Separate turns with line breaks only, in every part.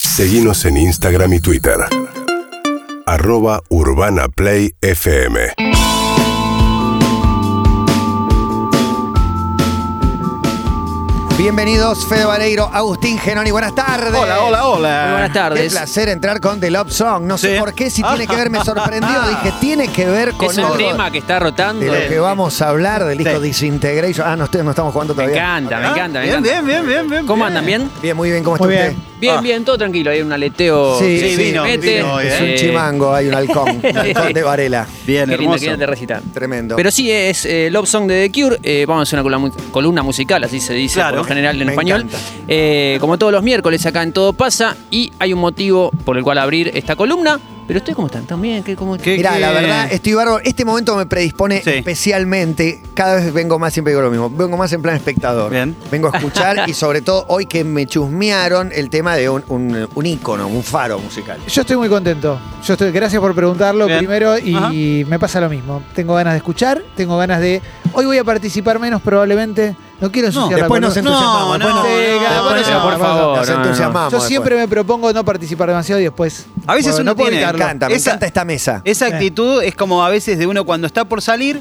Seguimos en Instagram y Twitter. Arroba Urbana Play FM.
Bienvenidos, Fede Vareiro, Agustín Genoni, buenas tardes.
Hola, hola, hola.
Muy buenas tardes.
Qué placer entrar con The Love Song. No sé
Sí.
por qué, si tiene que ver, me sorprendió. Dije, tiene que ver con
Es un
algo
tema que está
de
rotando. eh,
lo que vamos a hablar, del disco
Sí.
Disintegration. Ah, no, ustedes no estamos jugando
Me
todavía.
encanta, me
Ah,
encanta, me
bien,
encanta.
Bien, bien, bien, bien.
¿Cómo andan? ¿Bien?
Bien, muy bien, ¿cómo está
Muy
usted?
bien.
Bien,
Ah.
bien, todo tranquilo. Hay un aleteo.
Sí,
que
sí,
se
vino,
vino hoy,
Es
Eh.
un chimango, hay un halcón, un halcón de Varela.
Qué
Bien,
lindo
hermoso.
que viene de recitar.
Tremendo.
Pero sí, es eh, Love Song de The Cure. eh, vamos a hacer una columna, mu- columna musical, así se dice
Claro.
por lo general en
Me
español.
encanta.
Eh, como todos los miércoles acá en Todo Pasa. Y hay un motivo por el cual abrir esta columna. Pero ustedes, ¿cómo están? ¿Están bien? ¿Qué, cómo-
¿Qué?
Mirá, la
que-
verdad, estoy bárbaro. Este momento me predispone
Sí.
especialmente. Cada vez vengo más, siempre digo lo mismo. Vengo más en plan espectador.
Bien.
Vengo a escuchar y sobre todo hoy que me chusmearon el tema de un, un, un ícono, un faro musical.
Yo estoy muy contento. Yo estoy, gracias por preguntarlo
Bien.
primero y
Ajá.
me pasa lo mismo. Tengo ganas de escuchar, tengo ganas de. Hoy voy a participar menos probablemente. No quiero ensuciar la
después
columna.
nos entusiasmamos.
No,
después
no,
nos-
no,
después
bueno,
nos-
pero por
nos
favor, no, no.
entusiasmamos
Yo
después.
siempre me propongo no participar demasiado y después.
Ah,
A veces
bueno,
uno
no puedo
tiene-
me
evitarlo.
encanta, me
Esa-
encanta esta mesa.
Esa
Sí.
actitud es como a veces de uno cuando está por salir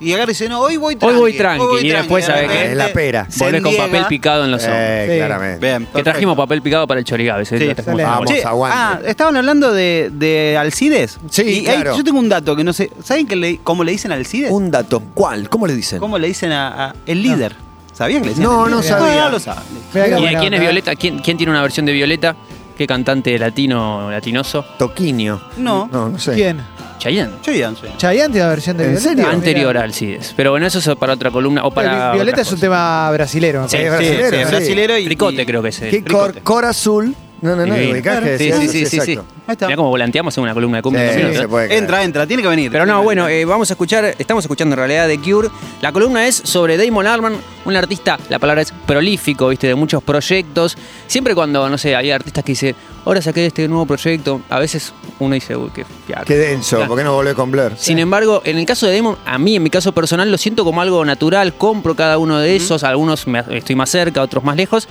y agarra y dice, no, hoy voy
Hoy
tranqui.
voy tranqui, y después sabe
repente
que- La pera.
se
Volvés con
endiega.
papel picado en los ojos.
Eh,
Sí.
claramente.
Bien,
que
perfecto.
trajimos papel picado para el chorigabe. ese
Sí,
día trajimos
excelente.
una
Vamos,
bolsa.
Che,
aguante.
Ah, estaban hablando de, de Alcides.
Sí,
Y ahí
claro.
yo tengo un dato que no sé. ¿Saben que le- cómo le dicen a Alcides?
Un dato. ¿Cuál? ¿Cómo le dicen?
¿Cómo le dicen a, a- el líder? ¿Sabías que le decían?
No,
el
no
líder?
sabía.
No, no lo saben.
Mirá qué
¿Y de quién
buena
es
onda. ¿eh?
Violeta? ¿Quién, quién tiene una versión de Violeta? ¿Qué cantante latino latinoso?
Toquinho.
No.
No, no sé.
¿Quién?
Chayanne.
Chayanne, sí.
¿Chayanne tiene una versión de
¿En
Violeta?
serio?
Mirá.
Anterior al CIDES. Pero bueno, eso es para otra columna o para.
Eh, Violeta es un tema brasilero. me
Sí,
parece.
Es
Sí,
brasilero,
sí,
sí.
brasilero y.
Tricote, creo que es. el-
¿Qué cor,
Ricote.
cor azul? No, no, no.
Divino.
ubicás que
Sí,
decía
sí,
eso,
sí, sí. sí.
exacto.
Ahí está.
Mirá cómo volanteamos en una columna de cumbia. en dos
Sí,
minutos,
se
¿eh?
puede creer.
Entra, entra, tiene que venir.
Pero
tiene
no,
que
bueno,
venir.
eh, vamos a escuchar, estamos escuchando en realidad de Cure. La columna es sobre Damon Albarn, un artista, la palabra es prolífico, viste, de muchos proyectos. Siempre cuando, no sé, hay artistas que dicen, ahora saqué este nuevo proyecto, a veces uno dice, uy, qué fiaco.
Qué denso.
Claro.
¿Por qué no volvés con Blur?
Sin em- embargo, en el caso de Damon, a mí, en mi caso personal, lo siento como algo natural. Compro cada uno de esos, algunos me- estoy más cerca, otros más lejos.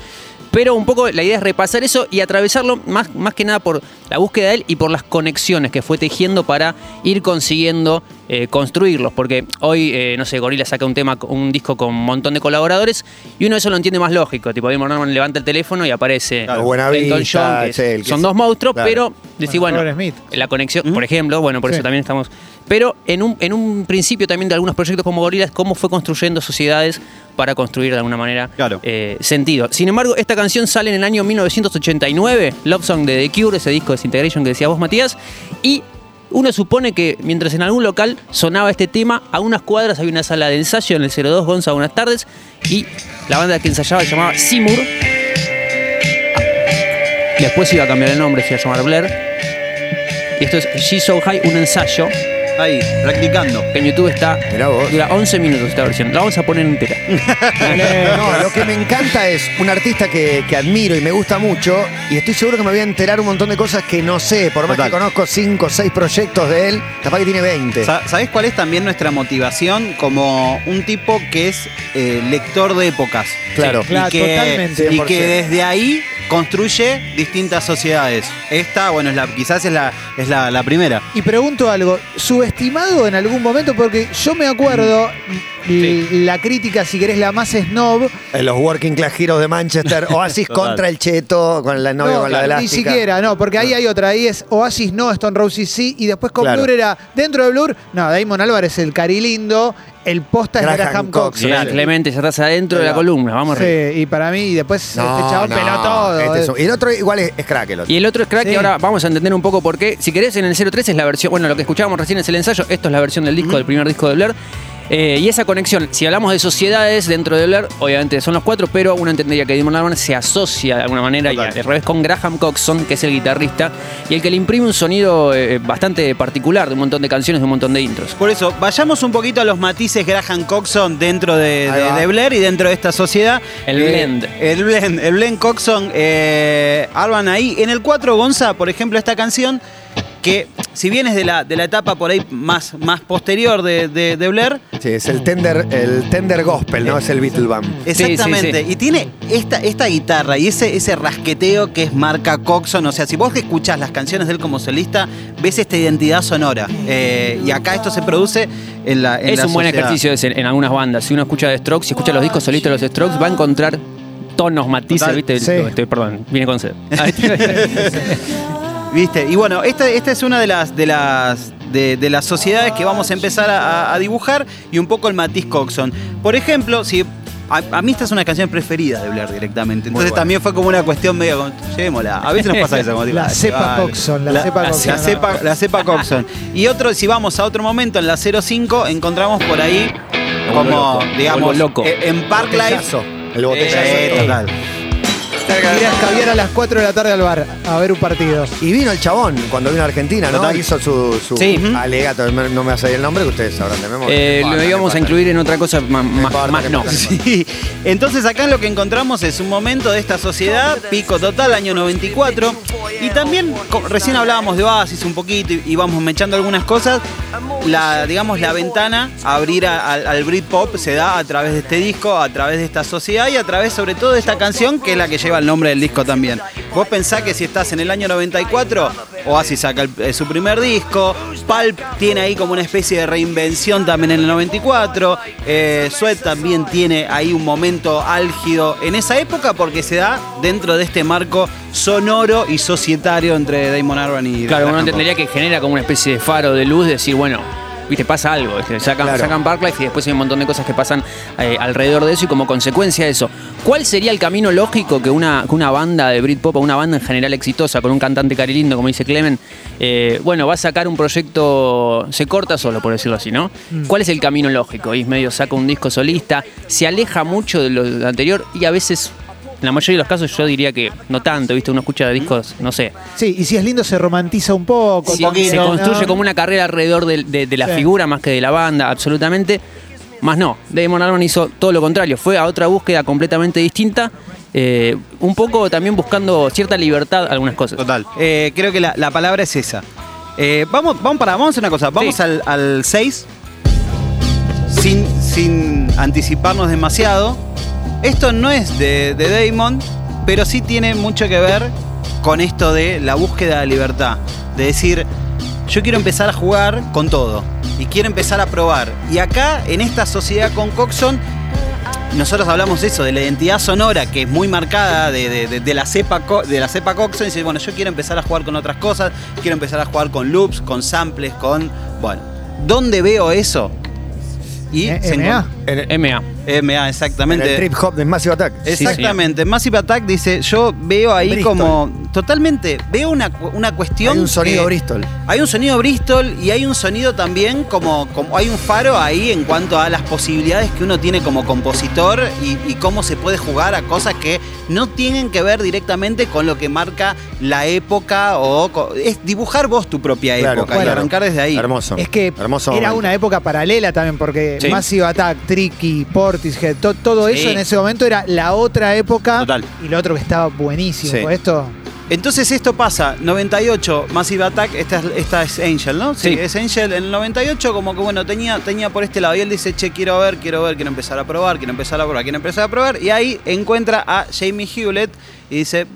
Pero un poco la idea es repasar eso y atravesarlo más, más que nada por la búsqueda de él y por las conexiones que fue tejiendo para ir consiguiendo eh, construirlos. Porque hoy, eh, no sé, Gorila saca un tema, un disco con un montón de colaboradores y uno eso lo entiende más lógico. Tipo, Damon Albarn levanta el teléfono y aparece
Claro, Buenavista,
Elton John, que
che, el que
son
es-
dos monstruos,
claro.
pero decís,
Bueno,
bueno,
Robert Smith.
la conexión, por ejemplo, bueno, por
Sí.
eso también estamos. Pero en un, en un principio también de algunos proyectos como Gorilas, cómo fue construyendo sociedades para construir de alguna manera
Claro.
eh, sentido. Sin embargo, esta canción sale en el año 1989, Love Song de The Cure, ese disco de Disintegration que decía vos, Matías, y uno supone que mientras en algún local sonaba este tema, a unas cuadras había una sala de ensayo en el 02 Gonza, buenas tardes, y la banda que ensayaba se llamaba Seymour. Ah. Después iba a cambiar el nombre, se iba a llamar Blair. Y esto es She's So High, un ensayo
Ahí, practicando.
que en YouTube está.
Mirá vos.
Dura 11 minutos esta versión. La vamos a poner entera.
Eh, No, lo que me encanta es un artista que, que admiro y me gusta mucho, y estoy seguro que me voy a enterar un montón de cosas que no sé, por más
Total.
que conozco 5 o 6 proyectos de él, capaz que tiene 20.
Sa- ¿Sabés cuál es también nuestra motivación como un tipo que es eh, lector de épocas?
Claro.
Y
Claro,
que-
totalmente.
Y
100%.
que desde ahí construye distintas sociedades. Esta, bueno, es la, quizás es la, es la, la primera.
Y pregunto algo, subestimado en algún momento, porque yo me acuerdo l- la crítica, si querés, la más snob.
En Eh, los Working Class Heroes de Manchester, Oasis
Total.
contra el Cheto, con la novia con la
ni
elástica.
siquiera, no, porque ahí hay otra, ahí es Oasis no, Stone Roses sí, y después con
Claro.
Blur era dentro de Blur, no, Damon Álvarez, el cari lindo, el posta es
Graham
Graham
Cox,
Cox.
Bien,
claro.
Clemente, ya estás adentro de la columna. Vamos arriba.
Sí, y para mí, y después este
No,
chabón
no,
peló todo. eh.
este es un- y el otro igual es, es crack el otro.
Y el otro es crack,
Sí.
y ahora vamos a entender un poco por qué. Si querés, en el 03 es la versión. Bueno, lo que escuchábamos recién es el ensayo. Esto es la versión del disco, del primer disco de Blur. Eh, y esa conexión, si hablamos de sociedades dentro de Blur, obviamente son los cuatro, pero uno entendería que Damon Albarn se asocia de alguna manera y
Total.
al revés con Graham Coxon, que es el guitarrista y el que le imprime un sonido eh, bastante particular de un montón de canciones, de un montón de intros.
Por eso, vayamos un poquito a los matices Graham Coxon dentro de,
Ahí
de-
va.
de Blair y dentro de esta sociedad. Eh,
El blend.
El blend, el blend Coxon, eh, Alban ahí. En el 4, Gonza, por ejemplo, esta canción que si bien es de la, de la etapa por ahí más, más posterior de, de- de Blair,
Sí, es el tender, el tender gospel, ¿no? Es el Beatle Band.
sí,
Exactamente.
sí.
Y tiene esta, esta guitarra y ese, ese rasqueteo que es marca Coxon. O sea, si vos que escuchás las canciones de él como solista, ves esta identidad sonora. Eh, y acá esto se produce en la. en
es
la
un buen
sociedad.
ejercicio ese, en algunas bandas. Si uno escucha de Strokes, si escucha los discos solistas de los Strokes, va a encontrar tonos, matices,
Total,
¿viste?
sí.
Estoy- perdón, viene con sed.
¿Viste? Y bueno, esta, esta es una de las, de las, de, de las sociedades que vamos a empezar a, a dibujar y un poco el matiz Coxon. Por ejemplo, si. A, a mí esta es una canción preferida de Blair directamente. Entonces también fue como una cuestión medio con, llevémosla. A veces nos pasa eso. Como digo,
La
"Dale,
cepa
vale".
Coxon, la cepa Coxon.
La cepa, la cepa Coxon. Y otro, si vamos a otro momento, en la 05, encontramos por ahí
Me vuelvo
como,
loco, me
digamos,
vuelvo loco.
eh, en Parklife.
Botellazo, El botellazo.
Eh, total.
Ir a escabiar a las 4 de la tarde al bar a ver un partido.
Y vino el chabón cuando vino a Argentina, ¿no?
Total.
Hizo su, su
Sí.
alegato, no me- no me va a salir el nombre que ustedes sabrán de memoria.
Eh,
No
lo
importa,
íbamos
no
a
importa.
incluir en otra cosa, ma- más,
importa,
más
no
no.
importa.
Sí. Entonces acá lo que encontramos es un momento de esta sociedad, pico total, año 94. Y también, co- recién hablábamos de Oasis un poquito y, y vamos mechando algunas cosas. La, digamos, la ventana a abrir a- al, al Britpop se da a través de este disco, a través de esta sociedad y a través sobre todo de esta canción que es la que lleva el nombre del disco también. Vos pensás que si estás en el año 94, Oasis saca el- eh, su primer disco, Pulp tiene ahí como una especie de reinvención también en el 94, eh, Sweat también tiene ahí un momento álgido en esa época porque se da dentro de este marco sonoro y societario entre Damon Arban y...
Claro, uno
Graham
entendería que genera como una especie de faro de luz, de decir, bueno, viste, pasa algo, ¿viste? sacan,
Claro.
sacan Parklife y después hay un montón de cosas que pasan eh, alrededor de eso y como consecuencia de eso. ¿Cuál sería el camino lógico que una, que una banda de Britpop o una banda en general exitosa con un cantante cari lindo, como dice Clemen, eh, bueno, va a sacar un proyecto, se corta solo, por decirlo así, ¿no? ¿Cuál es el camino lógico? Y medio saca un disco solista, se aleja mucho de lo anterior y a veces... En la mayoría de los casos yo diría que no tanto, ¿viste? Uno escucha discos, no sé,
Sí, y si es lindo se romantiza un poco.
Sí,
un poquito,
se construye
¿no?
como una carrera alrededor del- de, de la
Sí.
figura más que de la banda, absolutamente. Más no, Damon Albarn hizo todo lo contrario, fue a otra búsqueda completamente distinta, eh, un poco también buscando cierta libertad, algunas cosas.
Total. Eh, creo que la, la palabra es esa. Eh, vamos, vamos para, vamos a hacer una cosa. Vamos
Sí.
al, al 6. Sin, sin anticiparnos demasiado. Esto no es de, de Damon, pero sí tiene mucho que ver con esto de la búsqueda de libertad. De decir, yo quiero empezar a jugar con todo. Y quiero empezar a probar. Y acá, en esta sociedad con Coxon, nosotros hablamos de eso, de la identidad sonora, que es muy marcada, de, de- de- de la cepa co- de la cepa Coxon, y dices, bueno, yo quiero empezar a jugar con otras cosas, quiero empezar a jugar con loops, con samples, con. Bueno, ¿dónde veo eso? Y
Eh,
se
MA.
En el,
MA.
encon- MA,
en el
exactamente.
trip hop de Massive Attack.
Sí,
Exactamente. Massive Attack dice, yo veo ahí
Bristol.
como. Totalmente, veo una, cu- una cuestión.
Hay un sonido
que-
Bristol.
hay un sonido Bristol y hay un sonido también como, como hay un faro ahí en cuanto a las posibilidades que uno tiene como compositor y, y cómo se puede jugar a cosas que no tienen que ver directamente con lo que marca la época o co- es dibujar vos tu propia
Claro,
época y
claro.
arrancar desde ahí.
Hermoso.
Es que
Hermoso
era
momento.
una época paralela también, porque
Sí.
Massive Attack, Tricky, Portishead, to- todo
Sí.
eso en ese momento era la otra época.
Total.
Y lo otro que estaba buenísimo.
Sí.
Esto,
Entonces esto pasa, 98, Massive Attack, esta es, esta es Angel, ¿no?
Sí.
Es Angel en el 98, como que bueno, tenía, tenía por este lado. Y él dice, che, quiero ver, quiero ver, quiero empezar a probar, quiero empezar a probar, quiero empezar a probar. Y ahí encuentra a Jamie Hewlett y dice,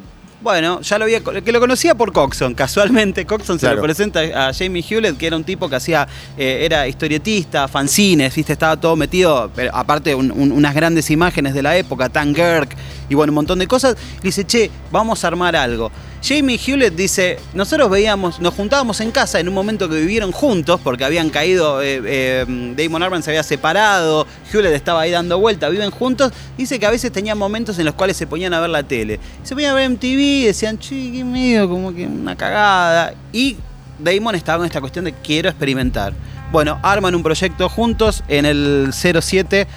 bueno, ya lo había, que lo conocía por Coxon, casualmente. Coxon se
Claro.
lo presenta a Jamie Hewlett, que era un tipo que hacía, eh, era historietista, fanzines, ¿viste? Estaba todo metido, pero aparte un- un- unas grandes imágenes de la época, Tangerk y bueno, un montón de cosas. Le dice, che, vamos a armar algo. Jamie Hewlett dice, nosotros veíamos, nos juntábamos en casa en un momento que vivieron juntos, porque habían caído, eh, eh, Damon Arban se había separado, Hewlett estaba ahí dando vuelta, viven juntos. Dice que a veces tenían momentos en los cuales se ponían a ver la tele. Se ponían a ver MTV y decían, che, qué medio, como que una cagada. Y Damon estaba con esta cuestión de quiero experimentar. Bueno, arman un proyecto juntos en el 07.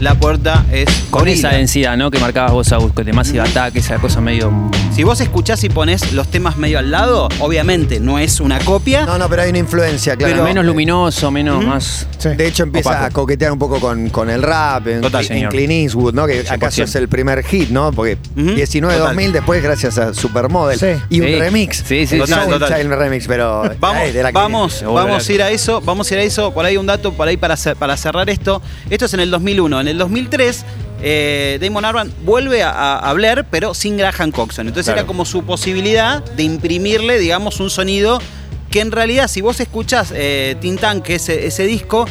la puerta es
Con esa
gorila.
densidad, ¿no? Que marcabas vos, Agus, de Massive Attack, esa cosa medio...
Si vos escuchás y ponés los temas medio al lado, obviamente no es una copia.
No, no, pero hay una influencia, claro.
Pero menos luminoso, menos más...
Sí.
De hecho, empieza
Opaco.
a coquetear un poco con, con el rap, en,
Total,
en
señor.
Clint Eastwood, ¿no? Que
100%.
acaso es el primer hit, ¿no? Porque
Ujú.
19-2000
Total.
después, gracias a Supermodel.
Sí.
Y un
Sí.
remix.
Sí, sí,
El
total,
Soul
total.
Child remix, pero.
Vamos,
eh, de la que-
vamos,
Seguro
vamos a
de
ir a eso, vamos a ir a eso. Por ahí un dato, por ahí para, cer- para cerrar esto. Esto es en el 2001. En el 2003, eh, Damon Arban vuelve a, a hablar, pero sin Graham Coxon. Entonces
Claro.
era como su posibilidad de imprimirle, digamos, un sonido que en realidad, si vos escuchás eh, Tintán, que es ese disco,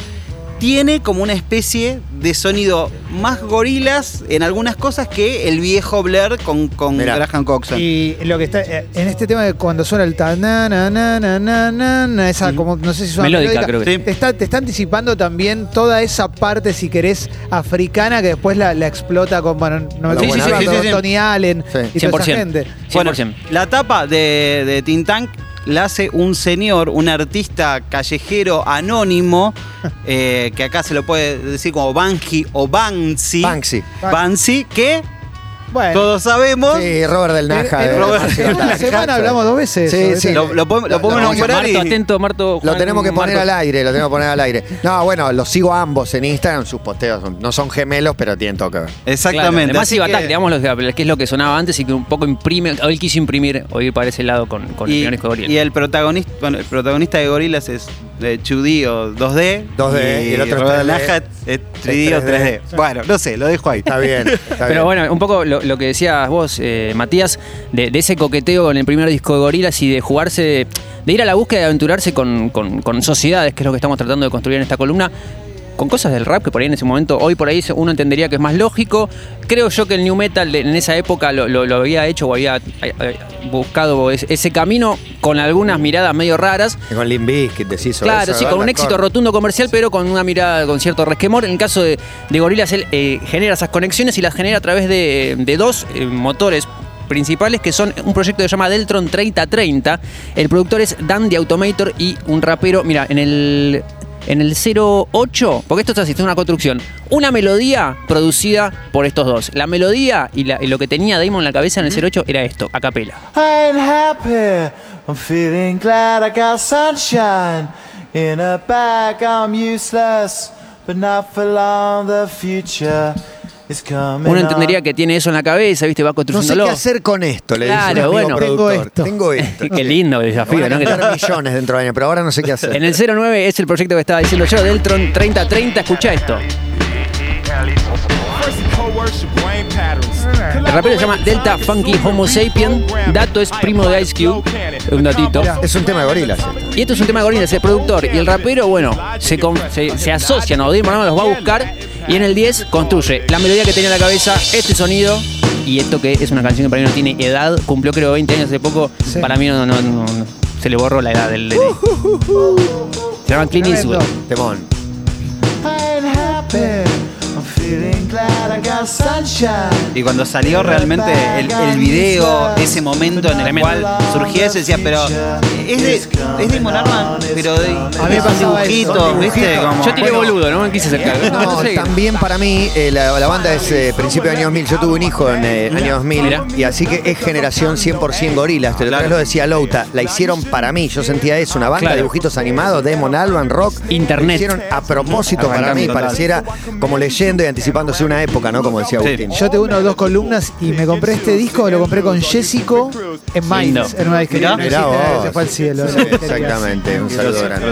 tiene como una especie de sonido más gorilas en algunas cosas que el viejo Blair con, con
Mirá.
Graham Coxon.
Y lo que está eh, en este tema de cuando suena el ta na na na na na na, na, esa como no sé si suena
Melódica, creo que
sí.
te está te está anticipando también toda esa parte si querés africana que después la, la explota con bueno, no me
Sí,
acuerdo,
sí, sí,
con
sí,
sí, sí.
Tony Allen
Sí.
y toda esa
100%.
gente.
Bueno,
100%.
la tapa de, de Tin Tank la hace un señor, un artista callejero anónimo, eh, que acá se lo puede decir como Banji o Banksy.
Banksy.
Banksy, que
Bueno,
todos sabemos.
Sí, Robert del Naja.
en-
eh,
en-
Robert
Massive
en una
Attack.
semana hablamos dos veces.
Sí,
sobre
sí.
este-
Lo, lo podemos- lo
Lo-
podemos
lo-
nombrar y-
Marto, atento, Marto.
Lo
Juan,
tenemos que poner
Marto.
al aire, lo tenemos que poner al aire. No, bueno, los sigo a ambos en Instagram, sus posteos son- no son gemelos, pero tienen todo que ver.
Exactamente.
Claro,
así
Massive
que-
Attack, digamos, los de- que es lo que sonaba antes y que un poco imprime, o él quiso imprimir o ir para ese lado con, con el
y,
Leones Gorila.
y el protagonista, bueno, el protagonista de Gorilas es eh, 2D o 2D.
2D,
Y el otro Robert
3D.
Laja es 3D o 3D. Bueno, no sé, lo dejo ahí.
Está bien, está bien.
Pero bueno, un poco lo, lo que decías vos, eh, Matías, de, de ese coqueteo en el primer disco de Gorilas y de jugarse, de, de ir a la búsqueda de aventurarse con, con- con sociedades, que es lo que estamos tratando de construir en esta columna, con cosas del rap que por ahí en ese momento, hoy por ahí uno entendería que es más lógico. Creo yo que el New Metal de- en esa época lo, lo- lo había hecho o había eh, eh, buscado es- ese camino con algunas miradas medio raras.
Y Con Limp Bizkit decís sobre
Claro,
eso,
sí, con un
¿verdad?
éxito rotundo comercial, pero con una mirada con cierto resquemor. En el caso de, de Gorilas, él eh, genera esas conexiones y las genera a través de, de dos eh, motores principales que son un proyecto que se llama Deltron 3030. El productor es Dan the Automator y un rapero, mira, en el en el 08, porque esto es así, esto es una construcción, una melodía producida por estos dos. La melodía y, la- y lo que tenía Damon en la cabeza en el 08 era esto, a capela.
I'm happy. I'm feeling glad I got sunshine in a bag. I'm useless, but not for long. The future is coming.
Uno
on.
entendería que tiene eso en la cabeza, ¿viste? Va
No sé
construyéndolo.
qué hacer con esto, le
Claro,
dice un amigo
bueno.
productor.
Tengo esto.
Tengo esto.
Qué lindo el desafío,
Van a
¿no? Que-
ganar millones dentro de año, pero ahora no sé qué hacer.
En el 09 es el proyecto que estaba diciendo yo, Deltron 3030, escucha esto.
El rapero se llama Delta Funky Homo Sapien. Dato es primo de Ice Cube. Un datito.
Es un tema de gorilas.
Y esto es un tema de gorilas. El productor y el rapero, bueno, se, con- se, se asocian.
¿no? Damon Albarn los va a buscar y en el 10 construye la melodía que tenía en la cabeza, este sonido y esto que es una canción que para mí no tiene edad, cumplió creo 20 años hace poco, para mí no, no- no- no- se le borró la edad del... del- Se llama Clint
Tremendo.
Eastwood.
Temón.
I'm happy. I'm feeling glad I got sunshine.
Y cuando salió realmente el, el video, ese momento en el
Tremendo.
cual surgía eso, decía, pero es de, es de Mon Arman, pero de,
A
mí me
es un
pasaba
dibujito,
eso,
¿viste? Como-
Yo tiré boludo, no me quise acercar.
No,
Entonces,
también para mí eh, la, la banda es eh, principio de año 2000. Yo tuve un hijo en eh, el año 2000 y así que es generación 100% gorilas. Te lo, lo decía Louta, la hicieron para mí. Yo sentía eso, una banda
Claro.
de dibujitos animados, Demon Alban, rock.
Internet.
La hicieron a propósito para
Arrancando
mí,
total.
pareciera como leyendo y anticipándose una época, ¿no? Como decía Agustín.
Yo tengo uno o dos columnas y me compré este disco, lo compré con Jessico en Mainz,
Lindo.
en una disquería.
Mirá
Mirá.
vos.
Se fue al cielo.
Sí, exactamente, un saludo grande.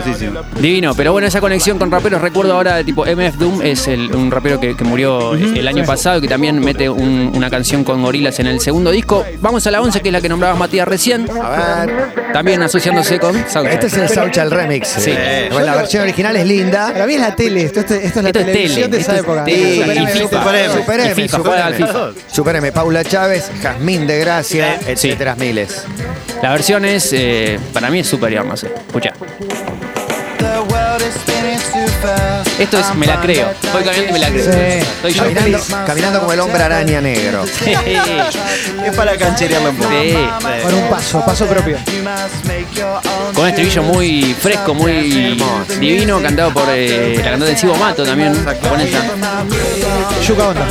Divino, pero bueno, esa conexión con raperos, recuerdo ahora de tipo MF Doom, es el- un rapero que, que murió este, el año pasado y que también mete un- una canción con gorilas en el segundo disco. Vamos a la 11, que es la que nombrabas Matías recién,
A ver,
también asociándose con Soundtrack.
este es el Soundchild Remix.
Sí.
Eh, bueno, la versión original es linda.
Para mí es la tele, esto, esto es la
Esto es
televisión
tele,
de esa
esto es
época.
tele,
Superame,
y FIFA.
Superame.
Super-
Supereme,
Y FIFA, juega al
supereme. Supereme, Paula Chávez, Jazmín de Gracia,
Sí.
etcétera, miles.
La versión es, eh, para mí es superior, no sé. Escucha.
The world is spinning too fast.
Esto es Me la creo. Voy caminando y me la creo.
Sí.
Estoy yo.
Caminando, caminando como el hombre araña negro.
Sí.
Es para cancherearlo un poco.
Sí.
Con un paso, paso propio.
You must make your own
Con un estribillo muy fresco, muy divino, cantado por eh, la cantante Cibo Mato también. japonesa.
Yuka Onda.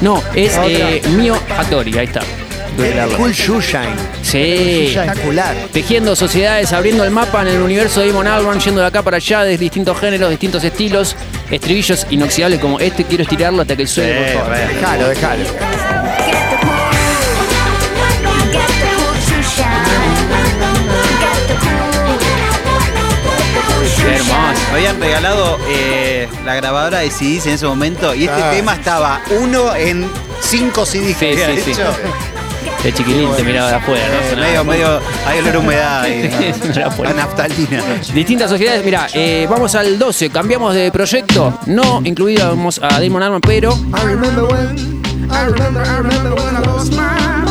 No, es eh, Mio Hattori, ahí está.
Eh, Cool Shushan.
Sí.
Espectacular.
Tejiendo sociedades, abriendo el mapa en el universo de Damon Albarn, yendo de acá para allá, de distintos géneros, distintos estilos, estribillos inoxidables como este, quiero estirarlo hasta que suene, por
Eh,
favor.
Déjalo, déjalo.
Qué hermoso.
Me habían regalado eh, la grabadora de CDs en ese momento y este
Ah.
tema estaba uno en cinco CDs que
Sí,
había
sí, sí.
hecho.
El chiquilín te miraba de afuera, ¿no?
Eh,
Sonaba
medio,
muy-
medio, hay olor a humedad ahí,
Sí, sonaba
a
fuerte.
naftalina.
Distintas sociedades, mira, vamos al 12, cambiamos de proyecto, no incluíamos a Damon Albarn, pero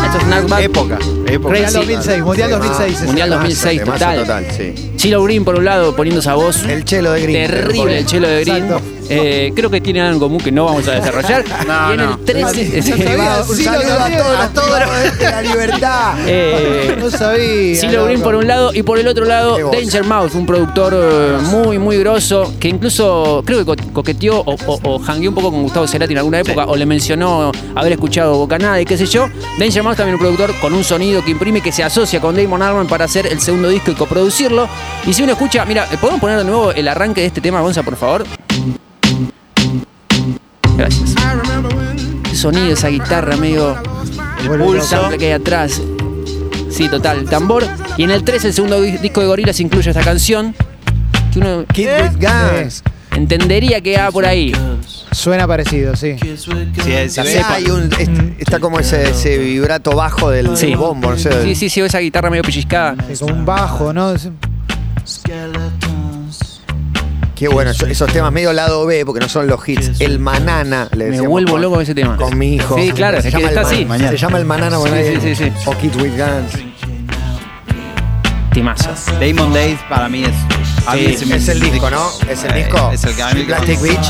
esto es Narbat,
Época, época.
Crazy.
Mundial 2006, Mundial 2006.
Mundial
ese.
2006
Temazo
total.
total, sí.
Chilo Green por un lado poniendo esa voz.
El chelo de Green.
Terrible el chelo de Green.
Exacto.
Eh, creo que tiene algo en común que no vamos a desarrollar.
No,
y en
no.
el 13.
No sabía,
Un
sí lo
saludo a
sabía.
todos, a todos los de este, la libertad.
eh,
No sabía.
Silo Green por un lado y por el otro lado
Qué voz.
Danger Mouse, un productor eh, muy, muy grosso que incluso creo que co- coqueteó o, o, o hangueó un poco con Gustavo Cerati en alguna época o le mencionó haber escuchado Bocanada y qué sé yo. Danger Mouse también un productor con un sonido que imprime que se asocia con Damon Albarn para hacer el segundo disco y coproducirlo. Y si uno escucha, mira, ¿podemos poner de nuevo el arranque de este tema, Gonza, por favor? Gracias. Ese sonido, esa guitarra medio... El pulso que hay atrás. Sí, total, tambor. Y en el 3, el segundo di- disco de Gorillaz incluye esta canción. Que uno
Kid with
Eh.
Guns.
entendería que va por ahí.
Suena parecido, sí.
Sí, sí,
Sí,
sí.
hay un- es- está como ese, ese vibrato bajo del, del
Sí.
bombo, no sé.
Sí, sí, sí, esa guitarra medio pellizcada.
Sí, Como un bajo, ¿no? Es-
Qué bueno, yo- esos temas medio lado B, porque no son los hits. El manana, le
Me
decíamos
vuelvo
con-
loco con ese tema.
Con mi hijo.
Sí, claro, es que
el
está
Man-
así.
Se llama el manana, bueno,
Sí,
ahí-
sí, sí, sí.
O Kid with Guns.
Timazo.
Damon Days para mí es. a mí
Sí,
se me-
es el disco, ¿no? Es el disco.
Es el que a mí,
Plastic Beach.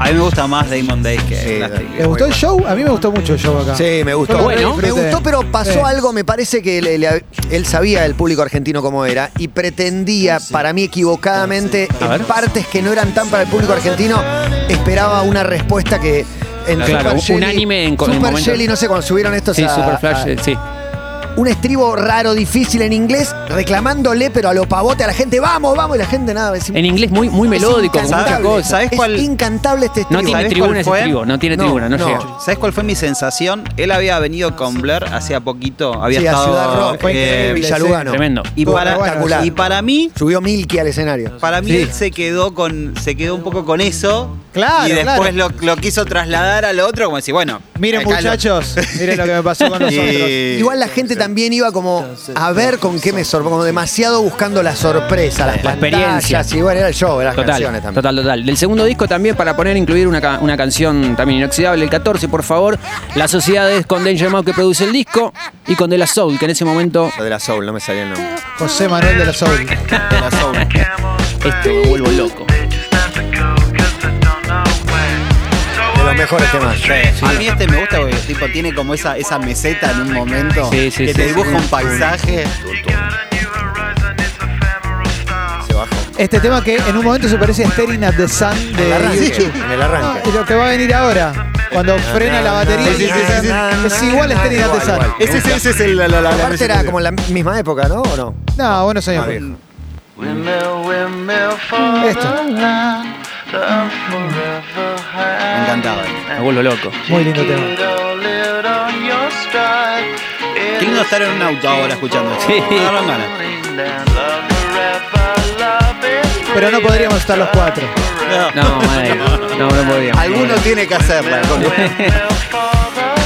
a mí me gusta más Damon Days que
Sí,
Plastic
dale.
¿Le gustó el show? A mí me gustó mucho el show acá.
Sí, me gustó.
Yo lo
Bueno.
re
me
disfruté.
gustó, pero pasó
Sí.
algo, me parece que le- le- él sabía el público argentino cómo era y pretendía, para mí equivocadamente,
A
en
ver.
partes que no eran tan para el público argentino, esperaba una respuesta que... En
Claro,
Super
un
Jelly-
anime en co- en
Super
momento.
Jelly, no sé, cuando subieron estos
Sí,
a-
Superflash,
a-
eh, sí.
un estribo raro, difícil en inglés, reclamándole, pero a lo pavote a la gente, vamos, vamos, y la gente nada, es,
En inglés muy, muy melódico, con
incantable.
muchas cosas.
¿Sabes
es
cuál-
incantable este estribo.
No tiene
¿Sabés
tribuna
cuál
ese
fue?
trigo, no tiene
No,
tribuna, no,
no.
llega.
¿Sabes cuál fue mi sensación? Él había venido con Blair hacía poquito. Había
Sí, a
estado.
Ciudad Rock,
fue
eh,
increíble.
Villalugano.
Tremendo.
y, para,
Espectacular.
y para mí,
Subió Milky al escenario.
para mí él se quedó con. se quedó un poco con eso.
Claro,
Y después
claro.
lo, lo quiso trasladar a lo otro, como decir, bueno.
Miren,
acá lo-
muchachos, miren lo que me pasó con nosotros.
Y-
Igual la gente también iba como a ver con qué me sorprende, como demasiado buscando la sorpresa, las
La experiencia.
pantallas, y bueno, era el show, las
Total,
canciones también.
total, total. Del segundo disco también, para poner incluir una, ca- una canción también inoxidable, el 14, por favor. La sociedad es con Danger Mouse que produce el disco y con De La Soul, que en ese momento
Lo de la Soul, no me salía el nombre.
José Manuel de la Soul.
De la Soul.
esto este, me vuelvo loco.
De los mejores temas.
A mí este me gusta porque tipo, tiene como esa, esa meseta en un momento
Sí, sí,
que
sí,
te
sí.
dibuja un paisaje.
Se bajó.
Este tema que en un momento se parece a Staring at the Sun de
En el arranque.
YouTube.
En el arranque.
Es lo que va a venir ahora, cuando frena la batería.
Sí, sí, sí, sí, sí.
Es igual a Staring at the
Igual,
Sun.
igual.
Ese, ese- ese es el, la, la- la- la
Aparte
meseta.
era como la misma época, ¿no? ¿O no?
No, buenos años.
Más viejo.
Esto,
Me encantaba.
Me vuelvo loco.
muy lindo tema.
Qué lindo estar en un auto ahora escuchando eso.
Sí.
Me daban ganas.
Pero no podríamos estar los cuatro.
Ah.
No, madre, no, no podíamos.
Alguno tiene que hacerla.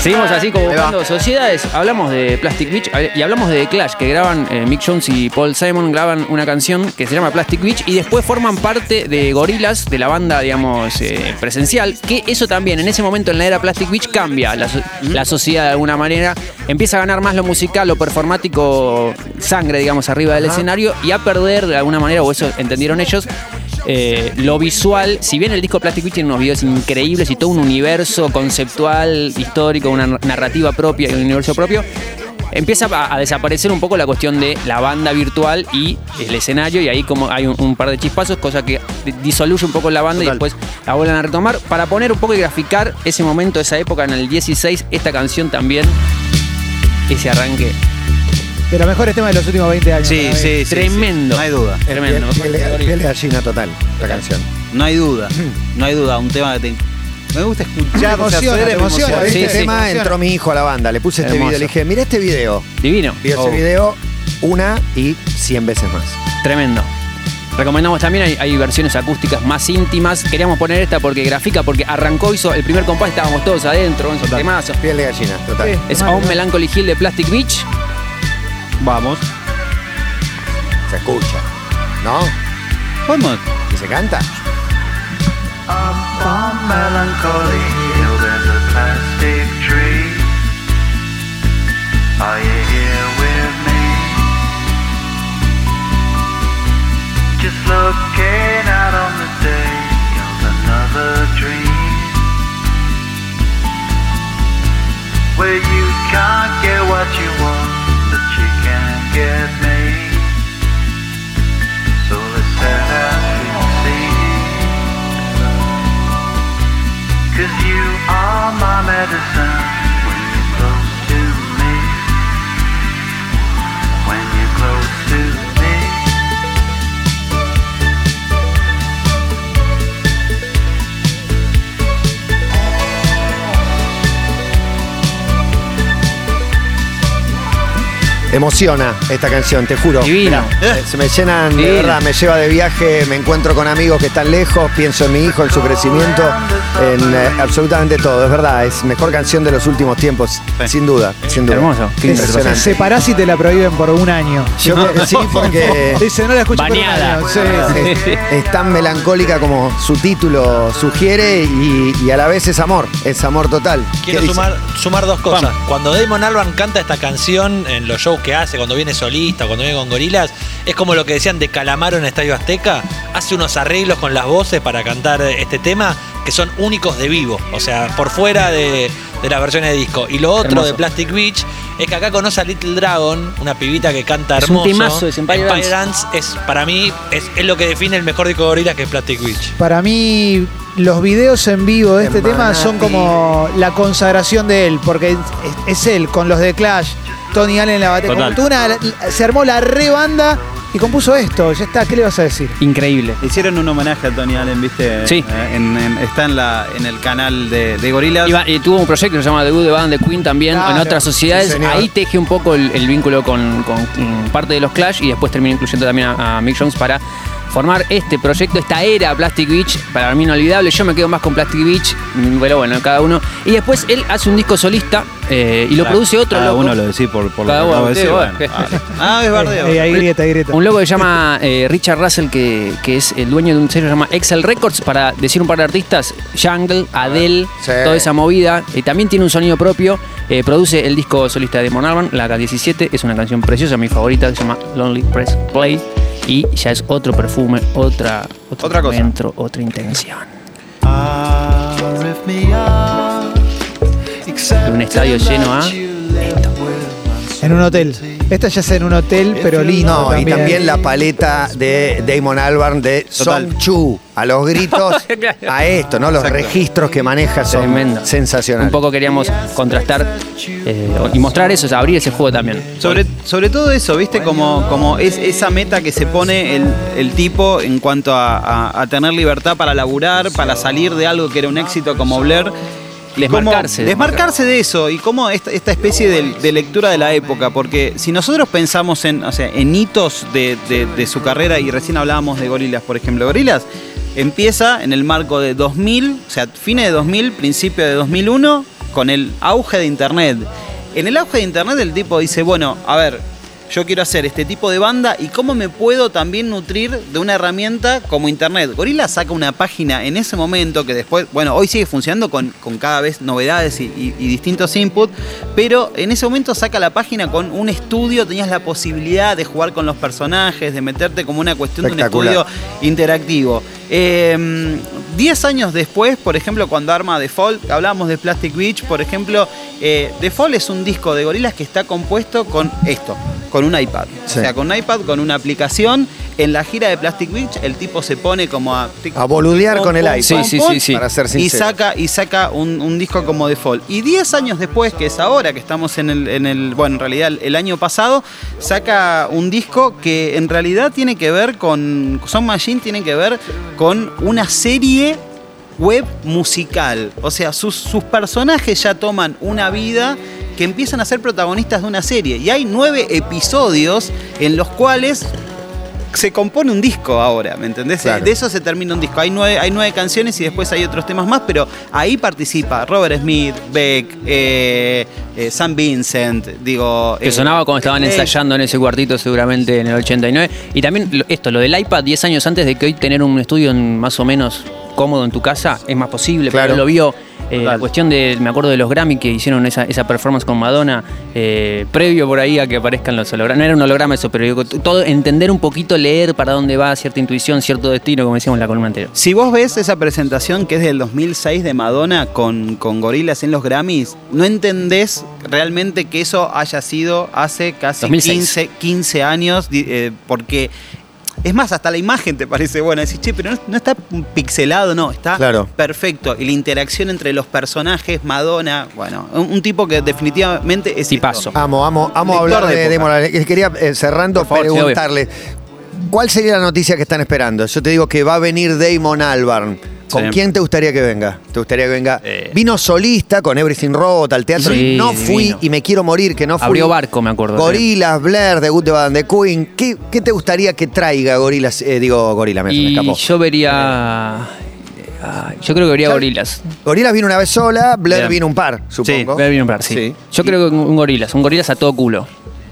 Seguimos así como
Ahí va.
buscando sociedades. Hablamos de Plastic Beach eh, y hablamos de The Clash, que graban eh, Mick Jones y Paul Simon graban una canción que se llama Plastic Beach y después forman parte de Gorillaz, de la banda, digamos, eh, presencial. Que eso también, en ese momento en la era Plastic Beach, cambia la, so- la sociedad de alguna manera. Empieza a ganar más lo musical, lo performático, sangre, digamos, arriba del escenario y a perder de alguna manera, o eso entendieron ellos, eh, lo visual, si bien el disco Plastic Beach tiene unos videos increíbles y todo un universo conceptual, histórico, una narrativa propia y un universo propio, empieza a, a desaparecer un poco la cuestión de la banda virtual y el escenario, y ahí como hay un, un par de chispazos, cosa que di- disoluye un poco la banda
Total.
y después la vuelven a retomar. Para poner un poco y graficar ese momento, esa época en el 16, esta canción también, ese arranque
De los mejores temas de los últimos 20 años.
Sí,
para mí.
sí, sí, sí.
Tremendo.
No hay duda.
Tremendo.
Piel- piel- piel de gallina total, la canción.
No hay duda. No hay duda. Un tema que te. Me gusta escuchar.
Te emociona, te emociona, ¿eh?
Por
Sí,
este
sí.
tema entró mi hijo a la banda, le puse este
Hermoso.
video, le dije, mira este video.
divino.
Vio
Oh.
ese video una y cien veces más.
Tremendo. Recomendamos también, hay, hay versiones acústicas más íntimas. Queríamos poner esta porque grafica, porque arrancó, hizo el primer compás, estábamos todos adentro, en su temazo.
Piel de gallina, total.
Sí.
Es On Melancholy Hill de Plastic Beach.
Vamos.
Se escucha. ¿No?
Vamos.
Y se canta.
melancholy hill, there's a plastic tree. Are you here with me? Just looking out on the day of another dream. Where you can't get what you want, but you can get me. So let's set out to see. Cause you are my medicine when you're close to me. When you're close to me.
Emociona esta canción, te juro.
Divino.
Eh.
Se me llenan, de
Divino.
verdad, me lleva de viaje, me encuentro con amigos que están lejos, pienso en mi hijo, en su crecimiento, en eh, absolutamente todo. Es verdad, es mejor canción de los últimos tiempos, sin duda, sin duda.
Hermoso, qué
Te
impresionante.
separás y te la prohíben por un año.
Yo creo que sí, porque
Dice, no la escucho
Baneada.
por un año. Sí, sí.
es, es tan melancólica como su título sugiere y, y a la vez es amor, es amor total. ¿Qué
Quiero
dice?
sumar, sumar dos cosas. Cuando Damon Albarn canta esta canción en los shows que hace, cuando viene solista, cuando viene con gorilas, es como lo que decían de Calamaro en Estadio Azteca. Hace unos arreglos con las voces para cantar este tema que son únicos de vivo, o sea, por fuera de, de las versiones de disco. Y lo otro
Hermoso.
de Plastic Beach es que acá conoce a Little Dragon, una pibita que canta
Es un
hermoso.
temazo, es Empire Dance.
Dance es, para mí, es, es lo que define el mejor disco de gorilas que es Plastic Beach.
Para mí, los videos en vivo de este tema son como la consagración de él, porque es, es él con los de Clash, Tony Allen en la batería.
Total.
Como una- se armó la rebanda y compuso esto. Ya está, ¿qué le vas a decir?
Increíble.
Hicieron un homenaje a Tony Allen, ¿viste?
Sí.
Eh, en- en- está en, la, en el canal de, de Gorilas.
Y va- y eh, tuvo un proyecto que se llama The Good, The Band, The Queen también,
Claro,
en otras
sí,
sociedades.
señor.
Ahí teje un poco el, el vínculo con, con, mm, parte de los Clash y después termina incluyendo también a, a Mick Jones para formar este proyecto, esta era Plastic Beach, para mí inolvidable. Yo me quedo más con Plastic Beach, mm, pero bueno, cada uno. Y después él hace un disco solista eh, y lo produce otro
Cada
loco.
uno lo decís por, por lo
Cada
que
uno,
acabo de
sí,
decir,
bueno.
bueno, vale. Ah, es bardeo.
Eh, ahí grieta, ahí grieta.
Un loco que se llama eh, Richard Russell, que, que es el dueño de un sello que se llama Excel Records, para decir un par de artistas, Jungle, Adele,
Sí.
toda esa movida. Eh, también tiene un sonido propio, eh, produce el disco solista de Mon Albarn, la K17, es una canción preciosa, mi favorita, que se llama Lonely Press Play, y ya es otro perfume, otra, otro
Otra cosa.
encuentro, otra intención. De un estadio lleno a...
En un hotel. Esta ya es en un hotel, pero lindo.
No, y también la paleta de Damon Albarn de
Total.
Song Chu, a los gritos, a esto, ¿no? Los registros que maneja son
Tremendo.
sensacionales.
Un poco queríamos contrastar eh, y mostrar eso, o sea, abrir ese juego también.
Sobre, sobre todo eso, ¿viste? Como, como es esa meta que se pone el, el tipo en cuanto a, a- a tener libertad para laburar, para salir de algo que era un éxito como Blair. Y cómo
Desmarcarse.
desmarcarse de eso y cómo esta, esta especie de, de lectura de la época, porque si nosotros pensamos en, o sea, en hitos de, de- de su carrera, y recién hablábamos de Gorilas, por ejemplo, Gorilas empieza en el marco de 2000, o sea, fines de 2000, principio de 2001, con el auge de Internet. En el auge de Internet el tipo dice, bueno, a ver, yo quiero hacer este tipo de banda y cómo me puedo también nutrir de una herramienta como Internet. Gorila saca una página en ese momento que después, bueno, hoy sigue funcionando con, con cada vez novedades y, y- y distintos inputs, pero en ese momento saca la página con un estudio, tenías la posibilidad de jugar con los personajes, de meterte como una cuestión de un
Espectacular.
estudio interactivo. Eh, Diez años después, por ejemplo, cuando arma The Fall, hablábamos de Plastic Beach, por ejemplo, eh, The Fall es un disco de gorilas que está compuesto con esto, con un iPad.
Sí.
O sea, con un iPad, con una aplicación. En la gira de Plastic Beach, el tipo se pone como a... tic,
A boludear
pum,
con el
pum,
iPad.
pum,
Sí, sí,
pum,
sí, sí.
Para ser
Y
sincero.
saca, y saca un, un disco como The Fall. Y 10 años después, que es ahora que estamos en el, en el- bueno, en realidad el, el año pasado, saca un disco que en realidad tiene que ver con, Son Machine tiene que ver con una serie web musical. O sea, sus, sus personajes ya toman una vida que empiezan a ser protagonistas de una serie. Y hay nueve episodios en los cuales se compone un disco ahora, ¿me entendés?
Claro.
De eso se termina un disco. Hay nueve, hay nueve canciones y después hay otros temas más, pero ahí participa Robert Smith, Beck, eh, eh, Sam Vincent, digo...
Que
eh,
sonaba cuando estaban
eh,
ensayando en ese cuartito seguramente en el 89. Y también lo- esto, lo del iPad 10 años antes de que hoy tener un estudio en- más o menos cómodo en tu casa es más posible.
Claro.
Pero él lo vio. eh, la
Total.
cuestión de, me acuerdo de los Grammy que hicieron esa, esa performance con Madonna, eh, previo por ahí a que aparezcan los hologramas. No era un holograma eso, pero digo, t- todo, entender un poquito, leer para dónde va cierta intuición, cierto destino, como decíamos en la columna anterior.
Si vos ves esa presentación que es del 2006 de Madonna con, con gorilas en los Grammys, no entendés realmente que eso haya sido hace casi
2006.
15, 15 años, di- eh, porque es más, hasta la imagen te parece buena. Decís, che, pero no, no está pixelado, no, está
Claro.
perfecto. Y la interacción entre los personajes, Madonna, bueno, un, un tipo que definitivamente es...
Tipazo.
esto.
Amo, amo, amo
Lector
hablar
de
de
época.
Demon Slayer. Quería, eh, cerrando,
Por favor, sí, obvio.
preguntarle, ¿cuál sería la noticia que están esperando? Yo te digo que va a venir Damon Albarn. ¿Con
Sí.
quién te gustaría que venga? ¿Te gustaría que venga?
Eh.
Vino solista con Everything Robot al teatro.
Sí,
y no fui
divino.
y me quiero morir que no fui.
Abrió barco, me acuerdo.
Gorilas, Blair, The Good, The Bad and The Queen. ¿Qué, qué te gustaría que traiga Gorilas? Eh, digo, Gorila, me, se me
Y
escapó. Eh.
yo vería... ay, Yo creo que vería
Ya-
gorilas.
Gorilas vino una vez sola, Blair
Bien.
vino un par, supongo.
Voy a abrir un par, sí.
Sí.
Yo creo que un un gorilas, un gorilas a todo culo.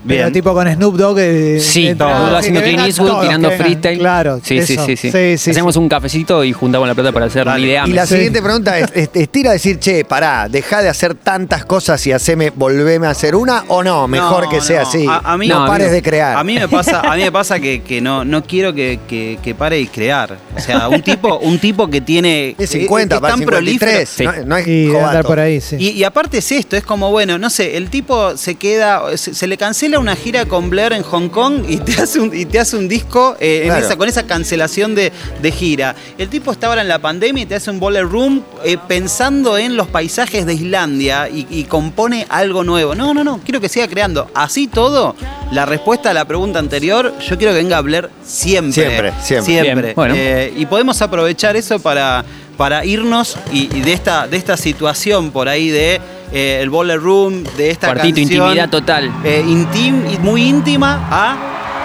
Pero
Bien.
tipo con Snoop Dogg. eh,
Sí,
de-
todo.
que
haciendo Clint
vengan
Eastwood,
todos,
tirando
que vengan,
freestyle.
Claro,
sí, sí,
eso.
sí, sí,
sí, sí,
Hacemos
sí.
un cafecito y juntamos la plata para hacer
Dale.
ideas.
Y la
Sí.
siguiente pregunta es, es- estira a decir, che, pará, deja de hacer tantas cosas y haceme, volveme a hacer una o no, mejor
No,
que sea
no.
así.
A- a mí-
no,
No, a mí
pares
no.
de crear.
A mí me pasa, a mí me pasa que, que no, no quiero que, que- que pare de crear. O sea, un tipo, un tipo que tiene.
es 50,
que es
para
tan prolífero.
53. No, no es
Y
jovato.
andar por ahí, sí.
Y, y aparte es esto, es como, bueno, no sé, el tipo se queda, se, se le cancela una gira con Blair en Hong Kong y te hace un, y te hace un disco eh, en
Claro.
esa- con esa cancelación de, de gira. El tipo está ahora en la pandemia y te hace un boiler room eh, pensando en los paisajes de Islandia y, y compone algo nuevo. No, no, no, quiero que siga creando. Así todo, la respuesta a la pregunta anterior, yo quiero que venga Blair siempre.
Siempre, siempre.
Bien, bueno.
Eh, y podemos aprovechar eso para, para irnos y, y de, esta, de esta situación por ahí de eh, el boiler room, de esta
Cuartito,
canción,
intimidad total.
eh, intim- y muy íntima a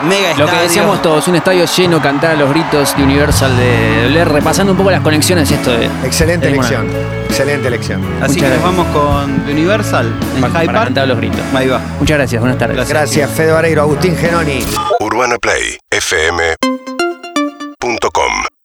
mega
Lo que
estadio.
decíamos todos, un estadio lleno, cantar a los gritos de Universal, de Blair, repasando un poco las conexiones esto de...
Excelente
de-
elección. Excelente elección.
Así que
Muchas
nos vamos con The Universal en
Para,
Hyde
para
Park.
cantar a los gritos.
Ahí va.
Muchas gracias, buenas tardes.
Gracias.
Gracias, Fede Vareiro, Agustín Genoni.
UrbanaPlayFM.com